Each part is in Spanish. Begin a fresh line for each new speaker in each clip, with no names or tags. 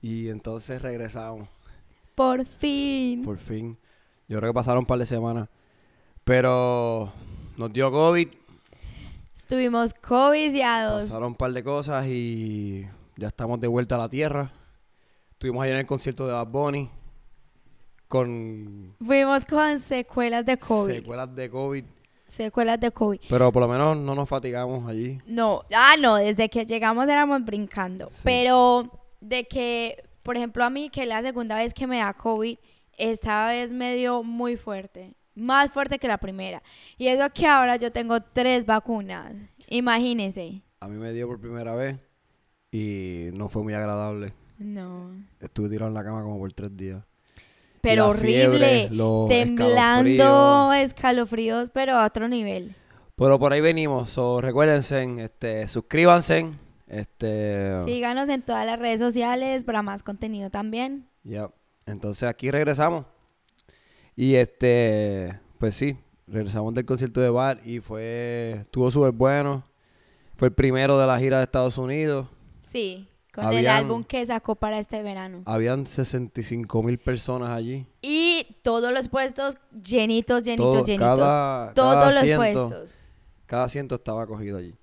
Y entonces regresamos,
Por fin.
por fin. Yo creo que pasaron un par de semanas. Pero nos dio COVID,
Estuvimos coviciados.
pasaron un par de cosas y ya estamos de vuelta a la tierra. Estuvimos allá en el concierto de Bad Bunny con
Fuimos con secuelas de COVID.
secuelas de COVID.
secuelas de COVID.
Pero por lo menos no nos fatigamos allí.
No, ah, no, desde que llegamos éramos brincando.
Sí.
Pero de que, por ejemplo, a mí, que es la segunda vez que me da COVID, esta vez me dio muy fuerte. Más fuerte que la primera. Y eso que ahora yo tengo tres vacunas. Imagínense.
A mí me dio por primera vez y no fue muy agradable.
No.
Estuve tirado en la cama como por tres días.
Pero
La fiebre,
horrible.
los
temblando, escalofríos, pero a otro nivel.
Pero por ahí venimos. so, recuérdense, este, suscríbanse. Este,
Síganos en todas las redes sociales para más contenido también.
ya. Entonces aquí regresamos. Y este, pues sí, regresamos del concierto de Bar y fue, estuvo súper bueno. Fue el primero de la gira de Estados Unidos.
Sí, con el
Habían- Ah.
álbum que sacó para este verano.
Habían 65 mil personas allí.
Y todos los puestos llenitos, llenitos,
Todo-
llenitos.
cada-
todos
cada
los
asiento.
puestos.
Cada asiento estaba cogido allí.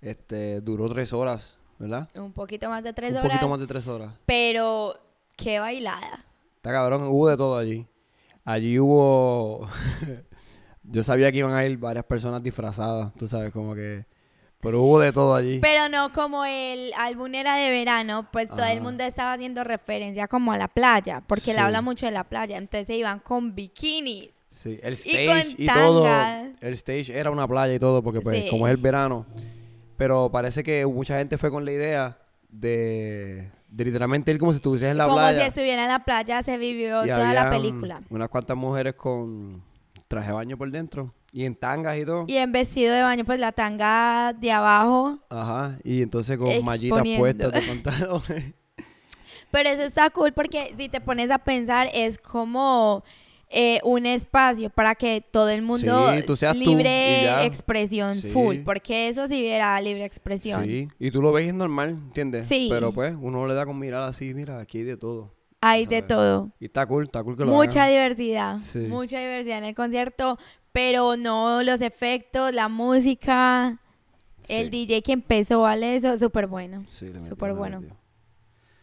Este, duró tres horas, ¿verdad?
Un poquito más de tres
un
horas.
poquito más de tres horas.
Pero qué bailada.
Está cabrón, hubo de todo allí. Allí hubo. Yo sabía que iban a ir varias personas disfrazadas, tú sabes, como que. Pero hubo de todo allí.
Pero no, como el álbum era de verano, pues todo
Ah.
el mundo estaba haciendo referencia como a la playa, porque él
Sí.
habla mucho de la playa. Entonces se iban con bikinis.
Sí, el
y
stage
con
y, todo.
tangas.
El stage era una playa y todo, porque pues,
Sí.
como es el verano. Pero parece que mucha gente fue con la idea de, de literalmente ir como si estuvieses en la
como si
playa.
estuviera en la playa, se vivió
y
toda la
habían
película.
Unas cuantas mujeres con traje de baño por dentro. Y en tangas y todo.
Y en vestido de baño, pues la tanga de abajo.
Ajá. Y entonces con mallitas
Exponiendo.
puestas de pantalones.
Pero eso está cool porque si te pones a pensar es como eh, un espacio para que todo el mundo
Sí, tú seas tú y ya.
libre expresión
Sí.
full, porque eso sí era libre expresión.
Sí, y tú lo ves y es normal, ¿entiendes?
Sí.
Pero pues uno le da con mirar así, mira, aquí hay de todo.
Hay de
¿sabes?
todo.
Y está cool, está cool que lo
Mucha
hagan.
diversidad,
Sí.
mucha diversidad en el concierto, pero no los efectos, la música, el
Sí.
DJ que empezó, vale, eso súper bueno.
Sí, le metió,
Súper
le
bueno.
metió.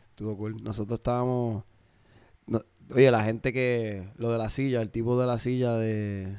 Estuvo cool. Nosotros estábamos... no- oye, la gente que... Lo de la silla, el tipo de la silla de...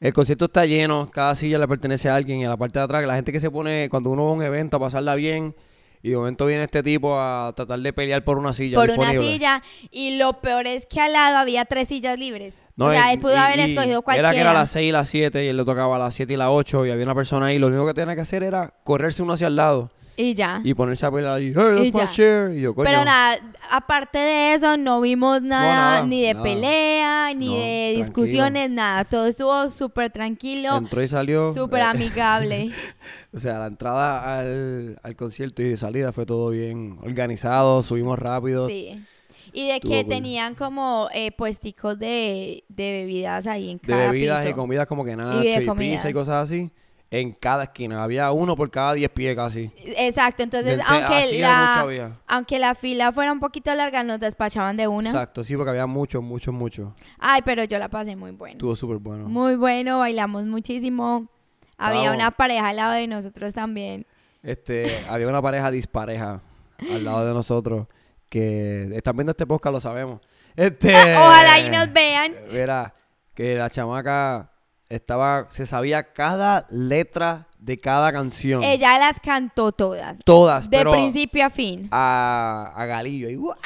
El concierto está lleno, cada silla le pertenece a alguien y a la parte de atrás, la gente que se pone cuando uno va a un evento a pasarla bien y de momento viene este tipo a tratar de pelear por una silla.
por una
disponible.
silla y lo peor es que al lado había tres sillas libres.
No,
o sea,
y-
él pudo
y-
haber
y
escogido cualquiera.
Era que era las 6 y las 7 y él le tocaba las 7 y las 8 y había una persona ahí. Lo único que tenía que hacer era correrse uno hacia el lado
Y ya.
y ponerse a pelear allí. Hey, that's
Ah. Y
my
ya.
chair. Y yo, coño.
Pero nada, aparte de eso, no vimos nada,
nada,
ni de
nada.
pelea, ni
No,
de
tranquilo.
discusiones, nada. Todo estuvo súper tranquilo,
Entró y salió.
súper
eh,
amigable.
o sea, la entrada al, al concierto y de salida fue todo bien organizado. Subimos rápido.
sí. Y de
Estuvo
que
cool.
tenían como eh, puesticos de, de bebidas ahí en
De
cada
bebidas y
piso.
comidas como que nada.
de
Y,
comidas.
pizza y cosas así. En cada esquina. Había uno por cada 10 pies casi.
Exacto, entonces
Dense- así
aunque
de mucho
la,
había.
aunque la fila fuera un poquito larga, nos despachaban de una.
Exacto, sí, porque había muchos, muchos, muchos.
Ay, pero yo la pasé muy buena.
Estuvo súper bueno.
Muy bueno, bailamos muchísimo. Había
Bravo.
una pareja al lado de nosotros también.
Este, había una pareja dispareja al lado de nosotros que están viendo este podcast, lo sabemos. Este,
Ah, Ojalá y nos vean.
Verá, que la chamaca estaba, se sabía cada letra de cada canción.
Ella las cantó todas.
Todas,
de
pero
principio a fin.
a, a Galillo, y ¡guau!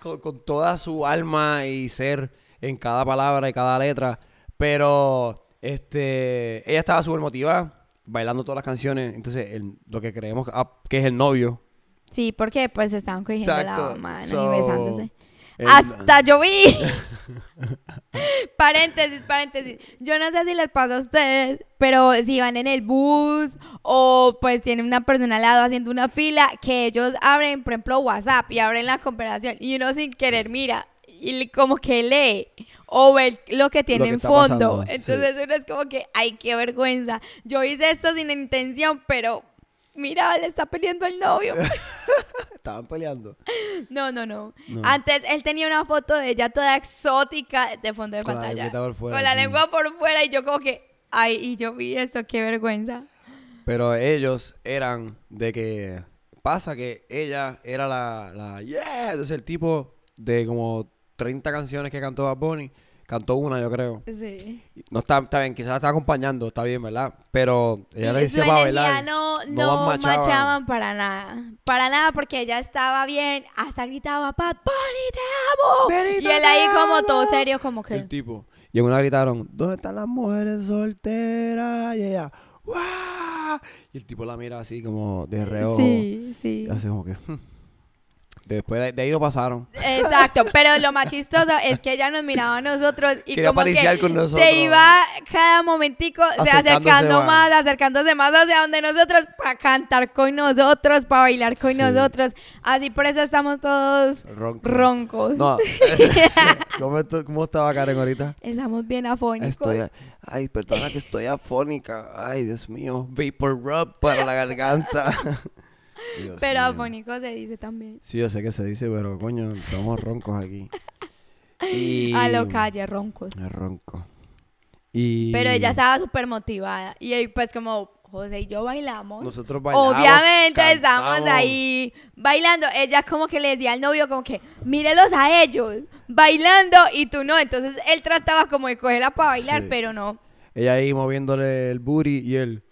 con, con toda su alma y ser en cada palabra y cada letra. Pero este, ella estaba súper motivada, bailando todas las canciones. Entonces, el- lo que creemos ah, que es el novio.
Sí, porque pues estaban cogiendo la
Exacto.
mano
So,
y besándose.
el-
Hasta yo vi. paréntesis, paréntesis. Yo no sé si les pasa a ustedes, pero si van en el bus o pues tienen una persona al lado haciendo una fila, que ellos abren, por ejemplo, WhatsApp y abren la comparación y uno sin querer mira y como que lee o ve lo que tiene
que
en
está
fondo.
pasando, sí.
Entonces uno es como que, ay, qué vergüenza. Yo hice esto sin intención, pero mira, le está peleando al novio.
Estaban peleando.
No, no, no,
No.
Antes él tenía una foto de ella toda exótica de fondo de
Con la
pantalla.
lengüita por fuera,
con la
sí.
lengua por fuera y yo como que, ay, y yo vi esto, qué vergüenza.
Pero ellos eran de que pasa que ella era la, la yeah. Entonces el tipo de como 30 canciones que cantó Bad Bunny, cantó una yo creo.
Sí.
No está, está bien, quizás la está acompañando, está bien, ¿verdad? Pero ella le
Y
dice
su
para
energía
bailar.
no,
no
no
van machaban.
machaban. para nada. Para nada porque ella estaba bien. Hasta gritaba, Bad Bunny, te amo.
Benito,
y él ahí
te
como todo
amo.
serio, como que...
El tipo. Y en una gritaron, ¿dónde están las mujeres solteras? Y ella, ¡guau! Y el tipo la mira así como de reojo.
Sí, sí.
Y Hace como que... "Hmm". Después de, de ahí lo pasaron.
Exacto, pero lo más chistoso es que ella nos miraba a nosotros y
Quería
como que
apariciar con nosotros.
se iba cada momentico o sea,
Acercándose
acercando
más.
más, acercándose más hacia donde nosotros para cantar con nosotros, para bailar con
Sí.
nosotros. Así por eso estamos todos
Ronco.
roncos.
No. eh, ¿Cómo, esto- cómo estaba Karen ahorita?
Estamos bien afónicos.
Estoy... a- Ay, perdona que estoy afónica. Ay, Dios mío. Vapor rub para la garganta. Dios
Pero
mío.
afónico se dice también.
Sí, yo sé que se dice, pero coño, somos roncos aquí. Y...
A lo calle, roncos.
Me ronco. Y
Pero ella estaba súper motivada. Y ahí, pues como José y yo bailamos.
Nosotros bailamos,
Obviamente estamos
cantamos.
ahí bailando. Ella como que le decía al novio como que, mírelos a ellos bailando y tú no. Entonces él trataba como de cogerla para bailar,
Sí.
pero no.
Ella ahí moviéndole el booty y él.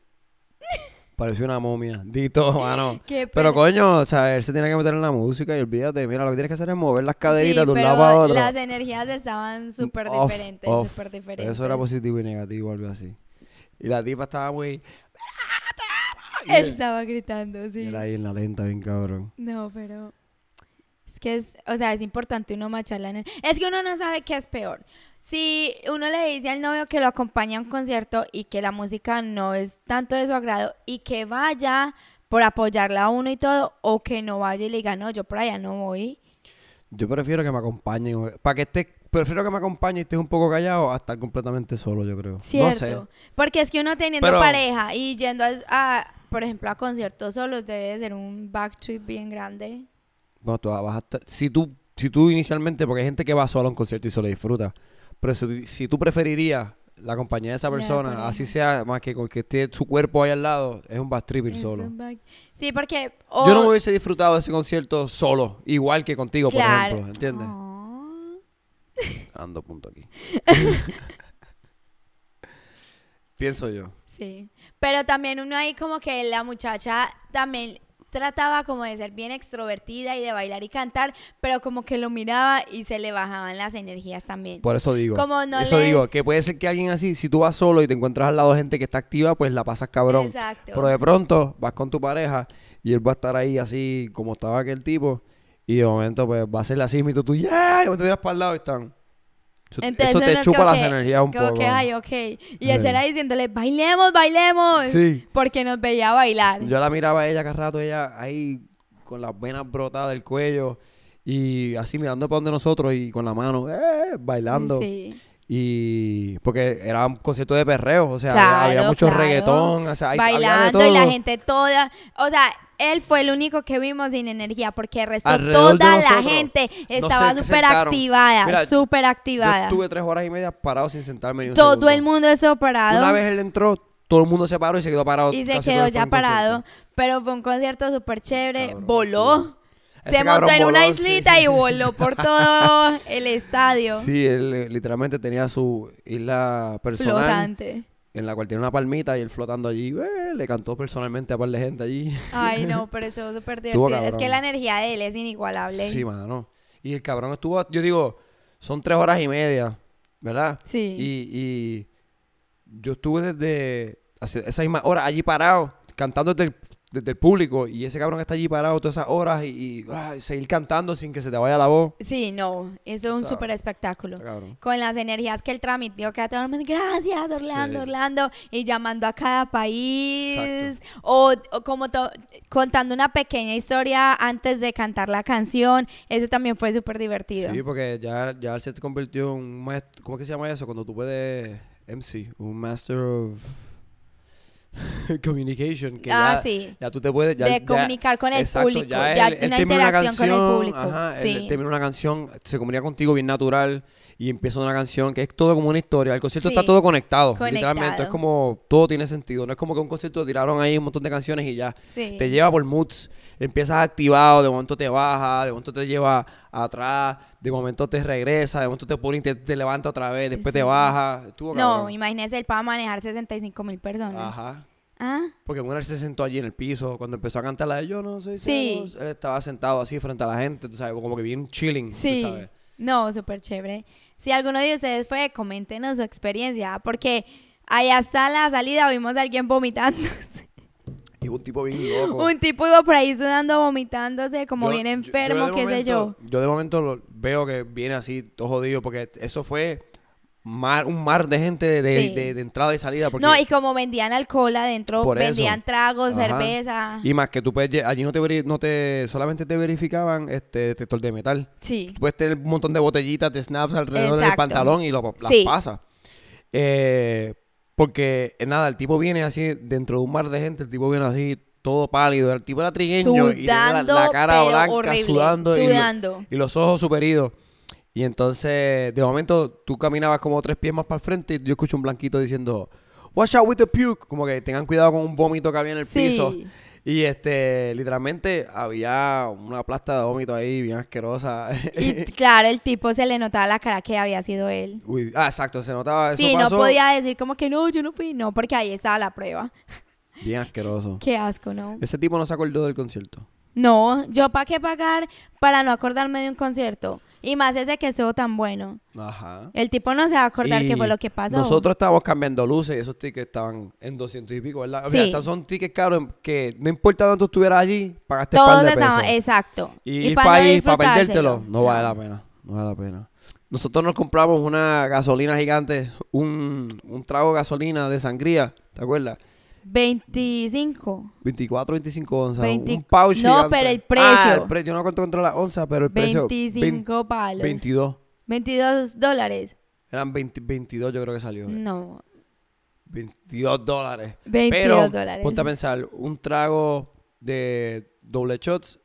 Pareció una momia. Dito, mano.
Qué
Pero
pena.
coño, o sea, él se tiene que meter en la música y olvídate. Mira, lo que tienes que hacer es mover las caderitas
Sí,
de un
pero
lado para otro.
las energías estaban súper
Mm, Off,
diferentes,
off.
súper diferentes.
Eso era positivo y negativo, algo así. Y la tipa estaba muy. Y
Él
él-
estaba gritando,
y
sí.
él ahí en la lenta, bien cabrón.
No, pero es que es, o sea, es importante uno machar la ener- Es que uno no sabe qué es peor. Si uno le dice al novio que lo acompaña a un concierto y que la música no es tanto de su agrado y que vaya por apoyarla a uno y todo, o que no vaya y le diga, no, yo por allá no voy.
Yo prefiero que me acompañen. Para que estés. Prefiero que me acompañe y estés un poco callado a estar completamente solo, yo creo.
Cierto.
No sé.
Porque es que uno teniendo
Pero-
pareja y yendo a, a, por ejemplo, a conciertos solos debe de ser un backtrip bien grande.
Bueno, tú vas a estar- si tú, si tú inicialmente, porque hay gente que va sola a un concierto y se lo disfruta, pero si, si tú preferirías la compañía de esa
La
persona,
pareja.
así sea, más que con que esté su cuerpo ahí al lado, es un bad trip ir
Es
solo.
un back- Sí, porque... o-
Yo no me hubiese disfrutado de ese concierto solo, igual que contigo, por ejemplo, ¿entiendes?
Ah.
Ando punto aquí. Pienso yo.
Sí, pero también uno ahí como que la muchacha también trataba como de ser bien extrovertida y de bailar y cantar, pero como que lo miraba y se le bajaban las energías también.
Por eso digo.
Como no
eso
le-
digo, que puede ser que alguien así, si tú vas solo y te encuentras al lado de gente que está activa, pues la pasas cabrón.
Exacto.
Pero de pronto vas con tu pareja y él va a estar ahí así como estaba aquel tipo. Y de momento, pues va a ser la sisma y tú, tú, ¡yeah! Y te tiras para el lado y están. Eso,
Entonces
eso
uno
te
es
chupa
como
las
que-
energías un
como
poco.
que, ay, ok. Y él
Sí.
era diciéndole, bailemos, bailemos.
Sí.
Porque nos veía bailar.
Yo la miraba a ella cada rato, ella ahí con las venas brotadas del cuello y así mirando para donde nosotros y con la mano, ¡eh! Bailando.
Sí.
Y porque era un concierto de perreo, o sea,
Claro,
había mucho
claro.
reggaetón, o sea, hay- había de
bailando
todo.
y la gente toda, o sea, él fue el único que vimos sin energía porque el resto
Alrededor de
toda la
nosotros,
gente
no
estaba
se
súper
sentaron.
activada,
Mira,
súper
Yo
activada.
estuve tres horas y media parado sin sentarme ni un
Todo
segundo.
el mundo estuvo parado
Una vez él entró, todo el mundo se paró y se quedó parado.
y se
casi
quedó
todo el- fue
ya
un concierto.
parado, pero fue un concierto súper chévere,
Cabrón,
voló.
Ese
Se montó
cabrón
en una
voló,
islita
sí.
y voló por todo el estadio.
Sí, él eh, literalmente tenía su isla personal
flotante.
en la cual tiene una palmita y él flotando allí. eh, le cantó personalmente a par de gente allí.
Ay, no, pero estuvo súper
Estuvo
divertido. Es que
cabrón.
la energía de él es inigualable.
Sí, mano. Y el cabrón estuvo, yo digo, son tres horas y media, ¿verdad?
Sí.
Y, y yo estuve desde hace esa misma hora allí parado, cantando desde el, desde el público y ese cabrón que está allí parado todas esas horas y, y, ah, seguir cantando sin que se te vaya la voz.
Sí, no, eso es un
Está-
súper espectáculo.
Está cabrón.
Con las energías que él transmitió, que a todo el mundo, gracias Orlando,
Sí.
Orlando, y llamando a cada país, o, o como to- contando una pequeña historia antes de cantar la canción, eso también fue súper divertido.
Sí, porque ya, ya él se convirtió en un maestro. ¿Cómo es que se llama eso? Cuando tú puedes MC, un Master of Communication. Que
ah,
ya,
sí.
ya tú te puedes. Ya,
de
ya-
comunicar con el
exacto,
público, ya,
él- él
una
termina una
interacción con el
canción,
público.
Ajá,
sí.
él termina una canción, se comunica contigo bien natural y empieza una canción que es todo como una historia. El concierto
Sí.
está todo conectado, literalmente.
Conectado.
Es como todo tiene sentido. No es como que un concierto tiraron ahí un montón de canciones y ya.
Sí.
Te lleva por moods. Empiezas activado, de momento te baja, de momento te lleva atrás, de momento te regresa, de momento te pone y te, te levanta otra vez, después
Sí.
te baja. Estuvo
No,
cabrón.
imagínese, él para manejar 65 mil personas.
Ajá.
Ah,
Porque una vez se sentó allí en el piso, cuando empezó a cantar la de Yo no soy
Sí.
celoso", él estaba sentado así frente a la gente, tú sabes, como que bien chilling, tú
sí.
sabes.
No, súper chévere. Si alguno de ustedes fue, coméntenos su experiencia, porque allá hasta la salida vimos a alguien vomitándose.
Y un tipo bien loco.
Un tipo iba por ahí sudando, vomitándose, como
Yo-
bien
yo- yo de
enfermo, qué sé yo.
momento- Yo de momento lo veo que viene así, todo jodido, porque eso fue mar- un mar de gente de, de-
Sí.
de- de entrada y salida. Porque
No, y como vendían alcohol adentro,
Por eso.
vendían tragos,
Ajá.
cerveza.
Y más que tú puedes, lle- allí no te, veri- no te, solamente te verificaban este detector de metal.
Sí.
Tú puedes tener un montón de botellitas de snaps alrededor del
Exacto.
pantalón y lo, las
Sí.
pasa. Eh, porque eh, nada, el tipo viene así, dentro de un mar de gente, el tipo viene así, todo pálido. El tipo era trigueño y tenía la,
Sudando,
la cara
pero
blanca,
horrible,
sudando, y lo-
sudando.
Y, los ojos super heridos. Y entonces, de momento, tú caminabas como tres pies más para el frente y yo escucho un blanquito diciendo, Watch out with the puke. Como que tengan cuidado con un vómito que había en el
Sí.
piso. Y este, literalmente había una plasta de vómito ahí bien asquerosa.
Y claro, el tipo se le notaba la cara que había sido él.
Uy, ah, exacto, se notaba eso.
Sí, no
pasó.
podía decir como que no, yo no fui. No, porque ahí estaba la prueba.
Bien asqueroso.
Qué asco, ¿no?
Ese tipo no se acordó del concierto.
No, yo para qué pagar para no acordarme de un concierto. Y más ese que estuvo tan bueno.
Ajá.
El tipo no se va a acordar
Y
qué fue lo que pasó.
Nosotros estábamos cambiando luces y esos tickets estaban en 200 y pico, ¿verdad? O sea,
Sí.
estos son tickets caros que no importa dónde tú estuvieras allí, pagaste un par
todos
este de
estaban,
pesos.
exacto.
Y, ir
pa'
para
no
allí, para
disfrutárselo.
perdértelo, no vale la pena. No vale la pena. Nosotros nos compramos una gasolina gigante, un, un trago de gasolina de sangría, ¿te acuerdas?
25.
24, 25 onzas.
Veinti-
Un pouch
No,
gigante.
pero el
Ah,
precio.
el pre- Yo no cuento contra las onzas, pero el precio.
25 palos.
22.
22 dólares.
Eran 20 22, yo creo que salió.
No,
22 dólares.
22
Pero,
dólares.
ponte a pensar, un trago de doble shots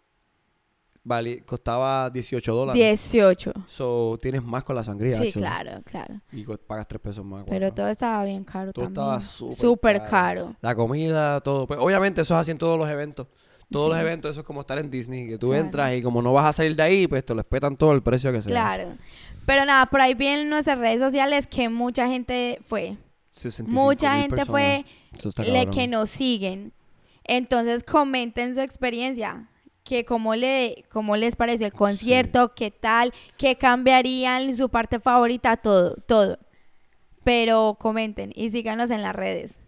vale, costaba 18 dólares.
18.
So, tienes más con la sangría.
Sí,
actually.
claro, claro.
Y co- pagas 3 pesos más.
Pero
cuatro.
todo estaba bien caro
Ah, Todo
también.
estaba súper
Súper
caro.
caro.
La comida, todo. Pues, obviamente eso es así en todos los eventos. Todos los
Sí.
eventos, eso es como estar en Disney, que tú
Claro.
entras y como no vas a salir de ahí, pues te lo espetan todo el precio que sea.
Claro. Pero nada, por ahí vienen nuestras redes sociales que mucha gente fue.
65
Mucha
mil
gente
personas.
fue
Eso está
la
cabrón.
que nos siguen. Entonces comenten su experiencia. Que cómo, le, cómo les pareció el concierto, qué tal, qué cambiarían, su parte favorita, todo, todo. Pero comenten y síganos en las redes.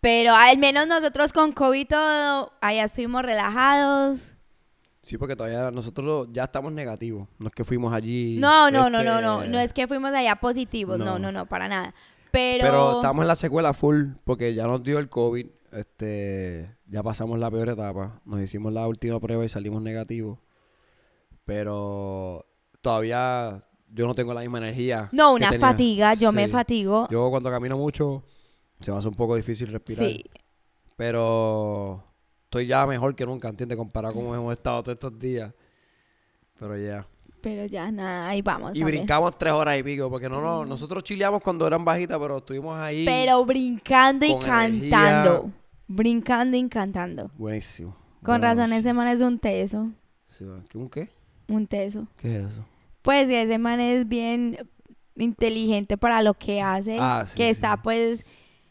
Pero al menos nosotros con COVID todo, allá estuvimos relajados.
Sí, porque todavía nosotros ya estamos negativos. No es que fuimos allí.
No, no, no,
este,
no, no. No es que fuimos allá positivos. No,
No.
no, no, para nada. Pero,
Pero... estamos en la secuela full porque ya nos dio el COVID. Este, ya pasamos la peor etapa. Nos hicimos la última prueba y salimos negativos. Pero todavía yo no tengo la misma energía.
no,
que
una
tenía.
fatiga. Yo me
Sí.
fatigo.
Yo cuando camino mucho se me hace un poco difícil respirar.
sí.
Pero estoy ya mejor que nunca, ¿entiendes? Comparado con cómo hemos estado todos estos días. Pero ya.
Pero ya nada, ahí vamos.
Y
a ver.
brincamos tres horas y pico, porque no, no, nosotros chileamos cuando eran bajitas, pero estuvimos ahí.
Pero brincando y
con
cantando.
energía.
Brincando y cantando.
Buenísimo.
Con
Buena
razón,
noche.
ese man es un teso.
Sí, va. ¿Qué- ¿Un qué?
Un teso.
¿Qué es eso?
Pues ese man es bien inteligente para lo que hace.
Ah, sí,
que
sí,
está
sí.
pues...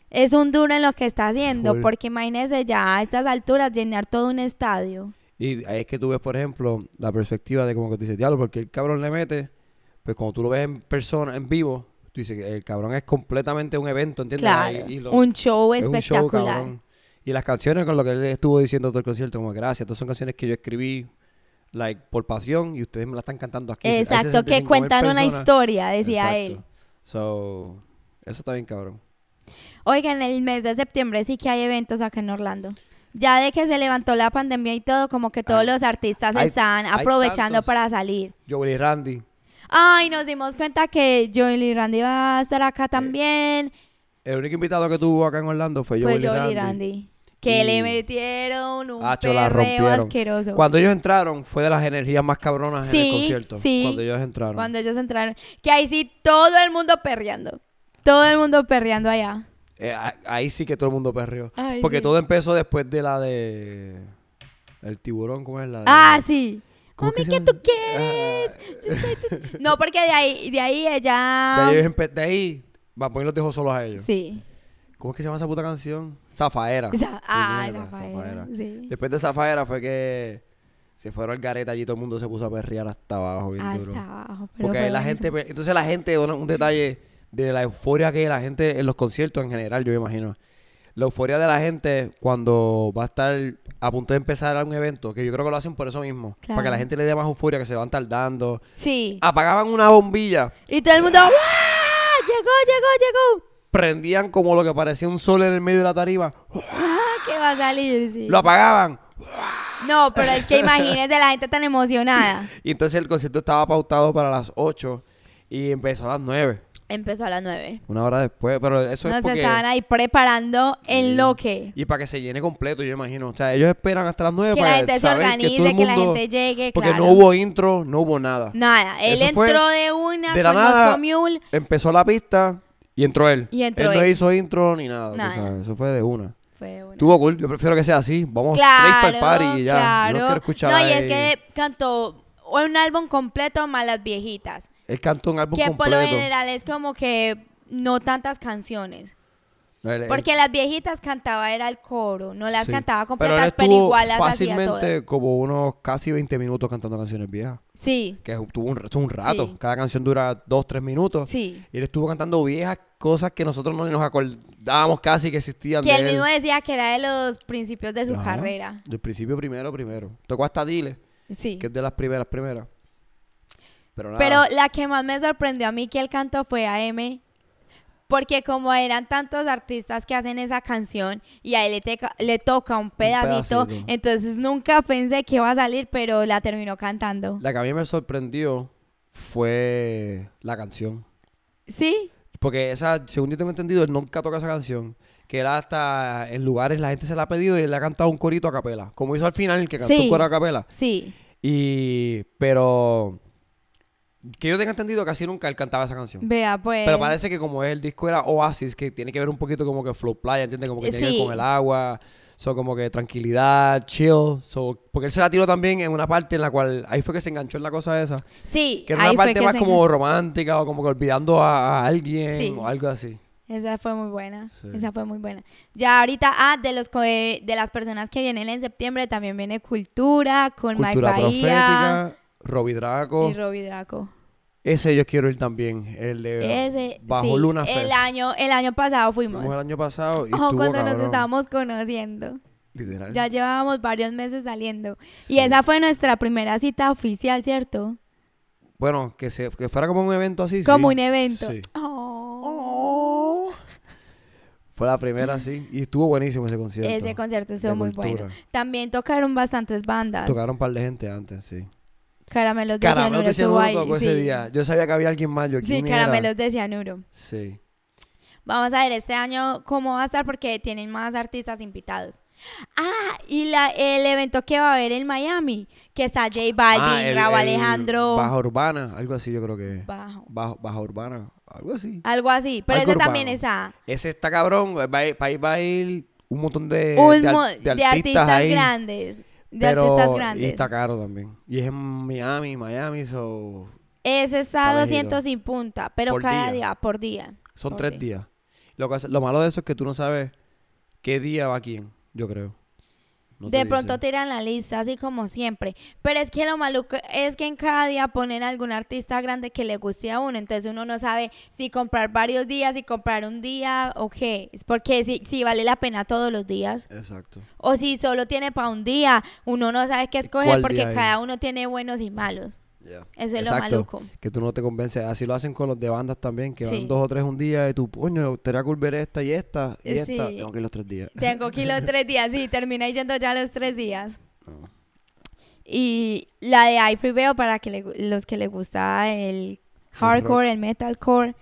Es un duro en lo que está haciendo.
Full.
Porque imagínese ya a estas alturas llenar todo un estadio.
Y ahí es que tú ves, por ejemplo, la perspectiva de como que tú dices, diablo, porque el cabrón le mete, pues cuando tú lo ves en persona, en vivo, tú dices que el cabrón es completamente un evento, ¿entiendes?
Claro.
Ahí- y lo-
un show
es un show,
espectacular.
cabrón. Y las canciones con lo que él estuvo diciendo todo el concierto, como gracias, estas son canciones que yo escribí like por pasión y ustedes me la están cantando aquí.
Exacto, que cuentan una historia, decía él.
So, eso está bien cabrón.
Oigan, el mes de septiembre sí que hay eventos acá en Orlando. Ya de que se levantó la pandemia y todo, como que todos
Hay-
los artistas
hay-
están
hay
aprovechando
tantos.
para salir.
Joel y Randy.
Ay, nos dimos cuenta que Joel y Randy va a estar
Eh,
acá también.
El único invitado que tuvo acá en Orlando fue
Fue
Joel,
Joel
Randy.
y Randy. Que
Y-
le metieron un
Acho, la
perreo
rompieron.
asqueroso.
Cuando ellos entraron fue de las energías más cabronas en
Sí,
el concierto.
sí.
Cuando ellos entraron.
Cuando ellos entraron. Que ahí sí todo el mundo perreando. Todo el mundo perreando allá.
Eh, a- ahí sí que todo el mundo perrió.
Ay,
Porque
sí.
todo empezó después de la de... El tiburón, ¿cómo es la de...?
Ah, sí.
¿Cómo
Mami,
que
¿qué
se- Ah.
tú quieres? Yo soy tu- No, porque de ahí, de ahí ella...
De ahí, empe- de ahí Bad Bunny los dejó solos a ellos.
ah. Sí.
¿Cómo es que se llama esa puta canción? Zafaera.
Esa- ah,
Puñeta,
Zafaera.
Zafaera.
Sí.
Después de Zafaera fue que se fueron al gareta allí todo el mundo se puso a perrear hasta abajo bien duro.
Hasta Ah, abajo. pero
Porque
fue
la
buenísimo.
gente, pe- entonces la gente, bueno, un detalle de la euforia que la gente en los conciertos en general, yo me imagino. La euforia de la gente cuando va a estar a punto de empezar algún evento, que yo creo que lo hacen por eso mismo, para que
Claro.
la gente le dé más euforia, que se van tardando.
Sí.
Apagaban una bombilla,
Y todo el mundo... ¡guau! Llegó, llegó, llegó.
prendían como lo que parecía un sol en el medio de la tarima,
Ah, que va a salir, sí.
lo apagaban,
No, pero es que imagínense la gente tan emocionada.
y entonces el concierto estaba pautado para las 8 y empezó a las 9,
Empezó a las nueve.
una hora después, pero eso es
Nos
porque...
estaban ahí preparando
Sí.
en lo que...
Y para que se llene completo, yo imagino. O sea, ellos esperan hasta las 9
Que
para
la gente se
saber
organice,
todo el
que la
mundo-
gente llegue,
Porque
claro.
no hubo intro, no hubo nada.
Nada, él
Eso fue
entró de una
de la
con
nada.
Moscow Mule.
Empezó la pista y entró él.
Y entró
él, no
él.
hizo intro ni nada. tú
Nada.
sabes, Eso fue de una.
Fue una.
Tuvo cool. Yo prefiero que sea así. Vamos straight para el party y ya. Yo no quiero escuchar
No,
a
y es
él.
que cantó un álbum completo más las viejitas.
Él cantó un álbum
que por
completo.
lo general es como que no tantas canciones.
No, él- él-
Porque las viejitas cantaba era el coro, no las
sí.
cantaba
Pero, él
completas, pero,
estuvo
igual las hacía todas.
fácilmente como unos casi 20 minutos cantando canciones viejas.
Sí,
Que es un- tuvo un, es un rato.
Sí.
Cada canción dura 2, 3 minutos.
sí.
Y él estuvo cantando viejas cosas que nosotros no nos acordábamos casi que existían.
Que
de
él mismo decía que era de los principios de su
Ajá.
carrera.
Del principio primero, primero. Tocó hasta Dile,
Sí.
que es de las primeras, primeras. Pero nada.
Pero la que más me sorprendió a mí que él cantó fue a M. Porque como eran tantos artistas que hacen esa canción y a él le, teca- le toca un pedacito,
pedacito.
entonces nunca pensé que iba a salir, pero la terminó cantando.
La que a mí me sorprendió fue la canción.
¿Sí?
Porque esa, según yo tengo entendido, él nunca toca esa canción. Que era hasta en lugares la gente se la ha pedido y él le ha cantado un corito a capela. Como hizo al final, que cantó
Sí.
un coro a capela.
Sí.
Y. Pero. Que yo tenga entendido casi nunca él cantaba esa canción.
Vea, pues.
Pero parece que como el disco era Oasis, que tiene que ver un poquito como que flow playa, ¿entiendes? Como que tiene que
Eh, Sí.
ver con el agua, so, como que tranquilidad, chill. So, porque él se la tiró también en una parte en la cual, ahí fue que se enganchó en la cosa esa,
sí,
que era
ahí
una
fue
parte
que
más
se
como romántica o como que olvidando a, a alguien
Sí.
o algo así.
Esa fue muy buena.
Sí.
Esa fue muy buena. Ya ahorita, ah, de los co- de las personas que vienen en septiembre también viene Cultura con
Cultura
Mike Bahía
profética, Robbie Draco.
y Robbie Draco.
Ese yo quiero ir también, el de
Ese,
Eh, Bajo
sí,
Luna
el
Fest.
año el año pasado fuimos.
Fuimos el año pasado y
Ojo,
estuvo
cuando
cabrón.
nos estábamos conociendo.
Literal.
Ya llevábamos varios meses saliendo.
Sí.
Y esa fue nuestra primera cita oficial, ¿cierto?
Bueno, que, se, que fuera como un evento así,
Como
sí.
un evento.
Sí.
Oh.
Oh. Fue la primera, sí. Y estuvo buenísimo ese concierto.
Ese concierto estuvo
de
muy
Cultura.
bueno. También tocaron bastantes bandas.
Tocaron un par de gente antes, sí.
Caramelos de
Caramelos
Cianuro
de Cianuro
estuvo ahí.
tocó
sí.
pues, ese día. Yo sabía que había alguien más. Yo,
Sí,
¿quién era?
Caramelos de Cianuro.
Sí.
Vamos a ver este año cómo va a estar porque tienen más artistas invitados. Ah, y la, el evento que va a haber en Miami, que está J Balvin,
Ah, el-
Rauw
el
Alejandro,
Baja Urbana, algo así yo creo que es.
Bajo.
Bajo, Baja Urbana, algo así.
Algo así, pero
Algo
ese también
urbano.
está.
Ese está cabrón. eh, Va a ir, va a ir- va a ir un montón de,
un
Eh, de ar-
mo-
de artistas, ahí.
grandes. De
pero-
artistas
Y
grandes.
está caro también. Y es en Miami, Miami, so...
Ese está
está
200 sin punta, pero
Por
cada
día.
día. por día.
Son
Por
tres días. Lo, que hace- lo malo de eso es que tú no sabes qué día va quién, yo creo. No te
de
dice.
pronto tiran la lista, así como siempre. Pero es que lo maluco es que en cada día ponen algún artista grande que le guste a uno. Entonces uno no sabe si comprar varios días, si comprar un día o qué. Es porque si, si vale la pena todos los días.
Exacto.
O si solo tiene para un día, uno no sabe qué escoger
cuál
porque
día es?
cada uno tiene buenos y malos.
Ya.
Eso es
Exacto,
lo maluco.
Que tú no te convences. Así lo hacen con los de bandas también, que
Sí.
van dos o tres un día y tú, coño, te voy a ver esta y esta y esta.
Sí.
Tengo que ir los tres días.
Tengo que ir los tres días y termina yendo ya los tres días.
No.
Y la de iFree veo para que le gu- los que les gusta el hardcore, el metalcore.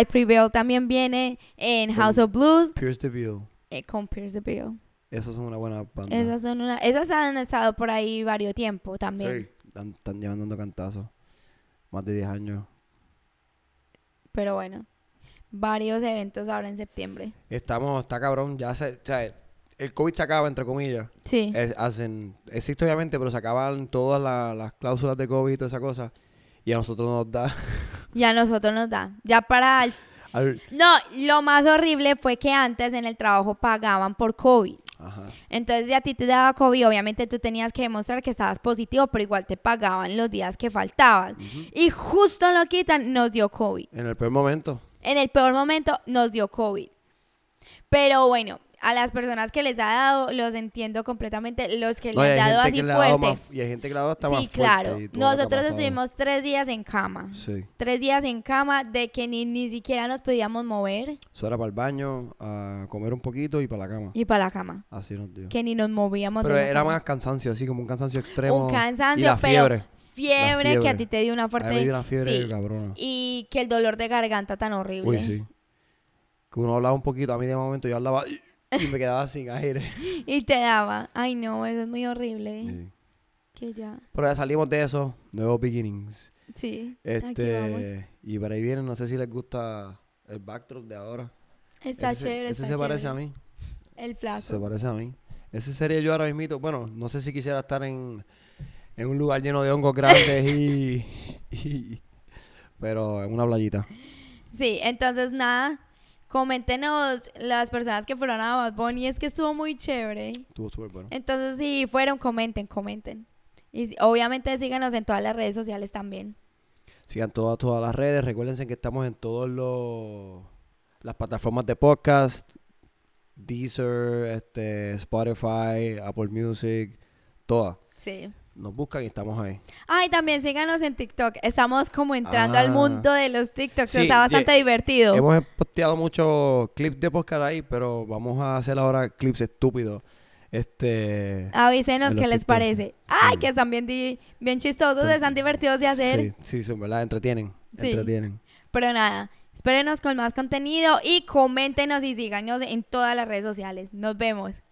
iFree Veo también viene en House
Con-
of Blues
Pierce the View.
eh, con Pierce the Veil.
Esos son una buena banda.
Esas son una, esas han estado por ahí varios tiempo también,
Sí. Están, están llevando dando cantazos. Más de 10 años.
pero bueno, varios eventos ahora en septiembre.
Estamos, está cabrón. Ya se, o sea, el COVID se acaba, entre comillas.
Sí,
Es- hacen, existe obviamente, pero se acaban todas la- las cláusulas de COVID y toda esa cosa. Y a nosotros nos da.
y a nosotros nos da. Ya para el-
al-
No, lo más horrible fue que antes en el trabajo pagaban por COVID.
ajá.
Entonces, si a ti te daba COVID, obviamente tú tenías que demostrar que estabas positivo, pero igual te pagaban los días que faltabas. Y justo lo quitan, nos dio COVID.
En el peor momento.
En el peor momento, nos dio COVID. Pero bueno, a las personas que les ha dado, los entiendo completamente. Los que
No, y
le
hay
han dado
gente
así
que le ha dado
fuerte.
más- y hay gente que le ha dado hasta más
Sí,
fuerte
claro.
y todo lo que ha
Nosotros
pasado.
estuvimos tres días en cama.
Sí.
Tres días en cama de que ni, ni siquiera nos podíamos mover
Eso era para el baño, a comer un poquito y para la cama.
y para la cama.
Así nos dio.
Que ni nos movíamos. de
Pero
la
era
cama.
más cansancio, así como un cansancio extremo.
un
y
cansancio,
la
pero
fiebre.
fiebre, que a
fiebre.
ti te dio una
A mí me
fuerte
dio una fiebre
sí,
cabrona.
y que el dolor de garganta tan horrible.
Uy, sí. Que uno hablaba un poquito, a mí de momento yo hablaba y me quedaba sin aire.
Y te daba, ay no, eso es muy horrible,
Sí.
que ya.
Pero ya salimos de eso, nuevos beginnings.
Sí. Aquí vamos.
Este, y para ahí vienen, no sé si les gusta el backdrop de ahora.
Está
Ese se-
chévere,
Ese
está
se parece a
chévere. Ah,
mí.
El
Se
plazo.
parece a mí. Ese sería yo ahora mismito. Bueno, no sé si quisiera estar en, en un lugar lleno de hongos grandes y, y- Pero en una playita.
Sí, entonces nada, coméntenos las personas que fueron a Bad Bunny, es que estuvo muy chévere.
Estuvo súper bueno.
Entonces si fueron, comenten, comenten. Y si- obviamente síganos en todas las redes sociales también.
Sigan todas, todas las redes. Recuérdense que estamos en todos los... Las plataformas de podcast. Deezer, este, Spotify, Apple Music. Todas.
Sí.
Nos buscan y estamos ahí.
Ay, también síganos en TikTok. Estamos como entrando
Ah.
al mundo de los TikToks.
Sí,
Está bastante
ye-
divertido.
Hemos posteado muchos clips de podcast ahí, pero vamos a hacer ahora clips estúpidos. Este...
Avísenos
de los
qué les
TikToks,
parece.
sí.
Ay, que están bien, di- bien chistosos,
Tan-
están divertidos de hacer.
Sí, sí, son verdad, entretienen.
Sí.
Entretienen.
Pero nada, espérenos con más contenido y coméntenos y síganos en todas las redes sociales. Nos vemos.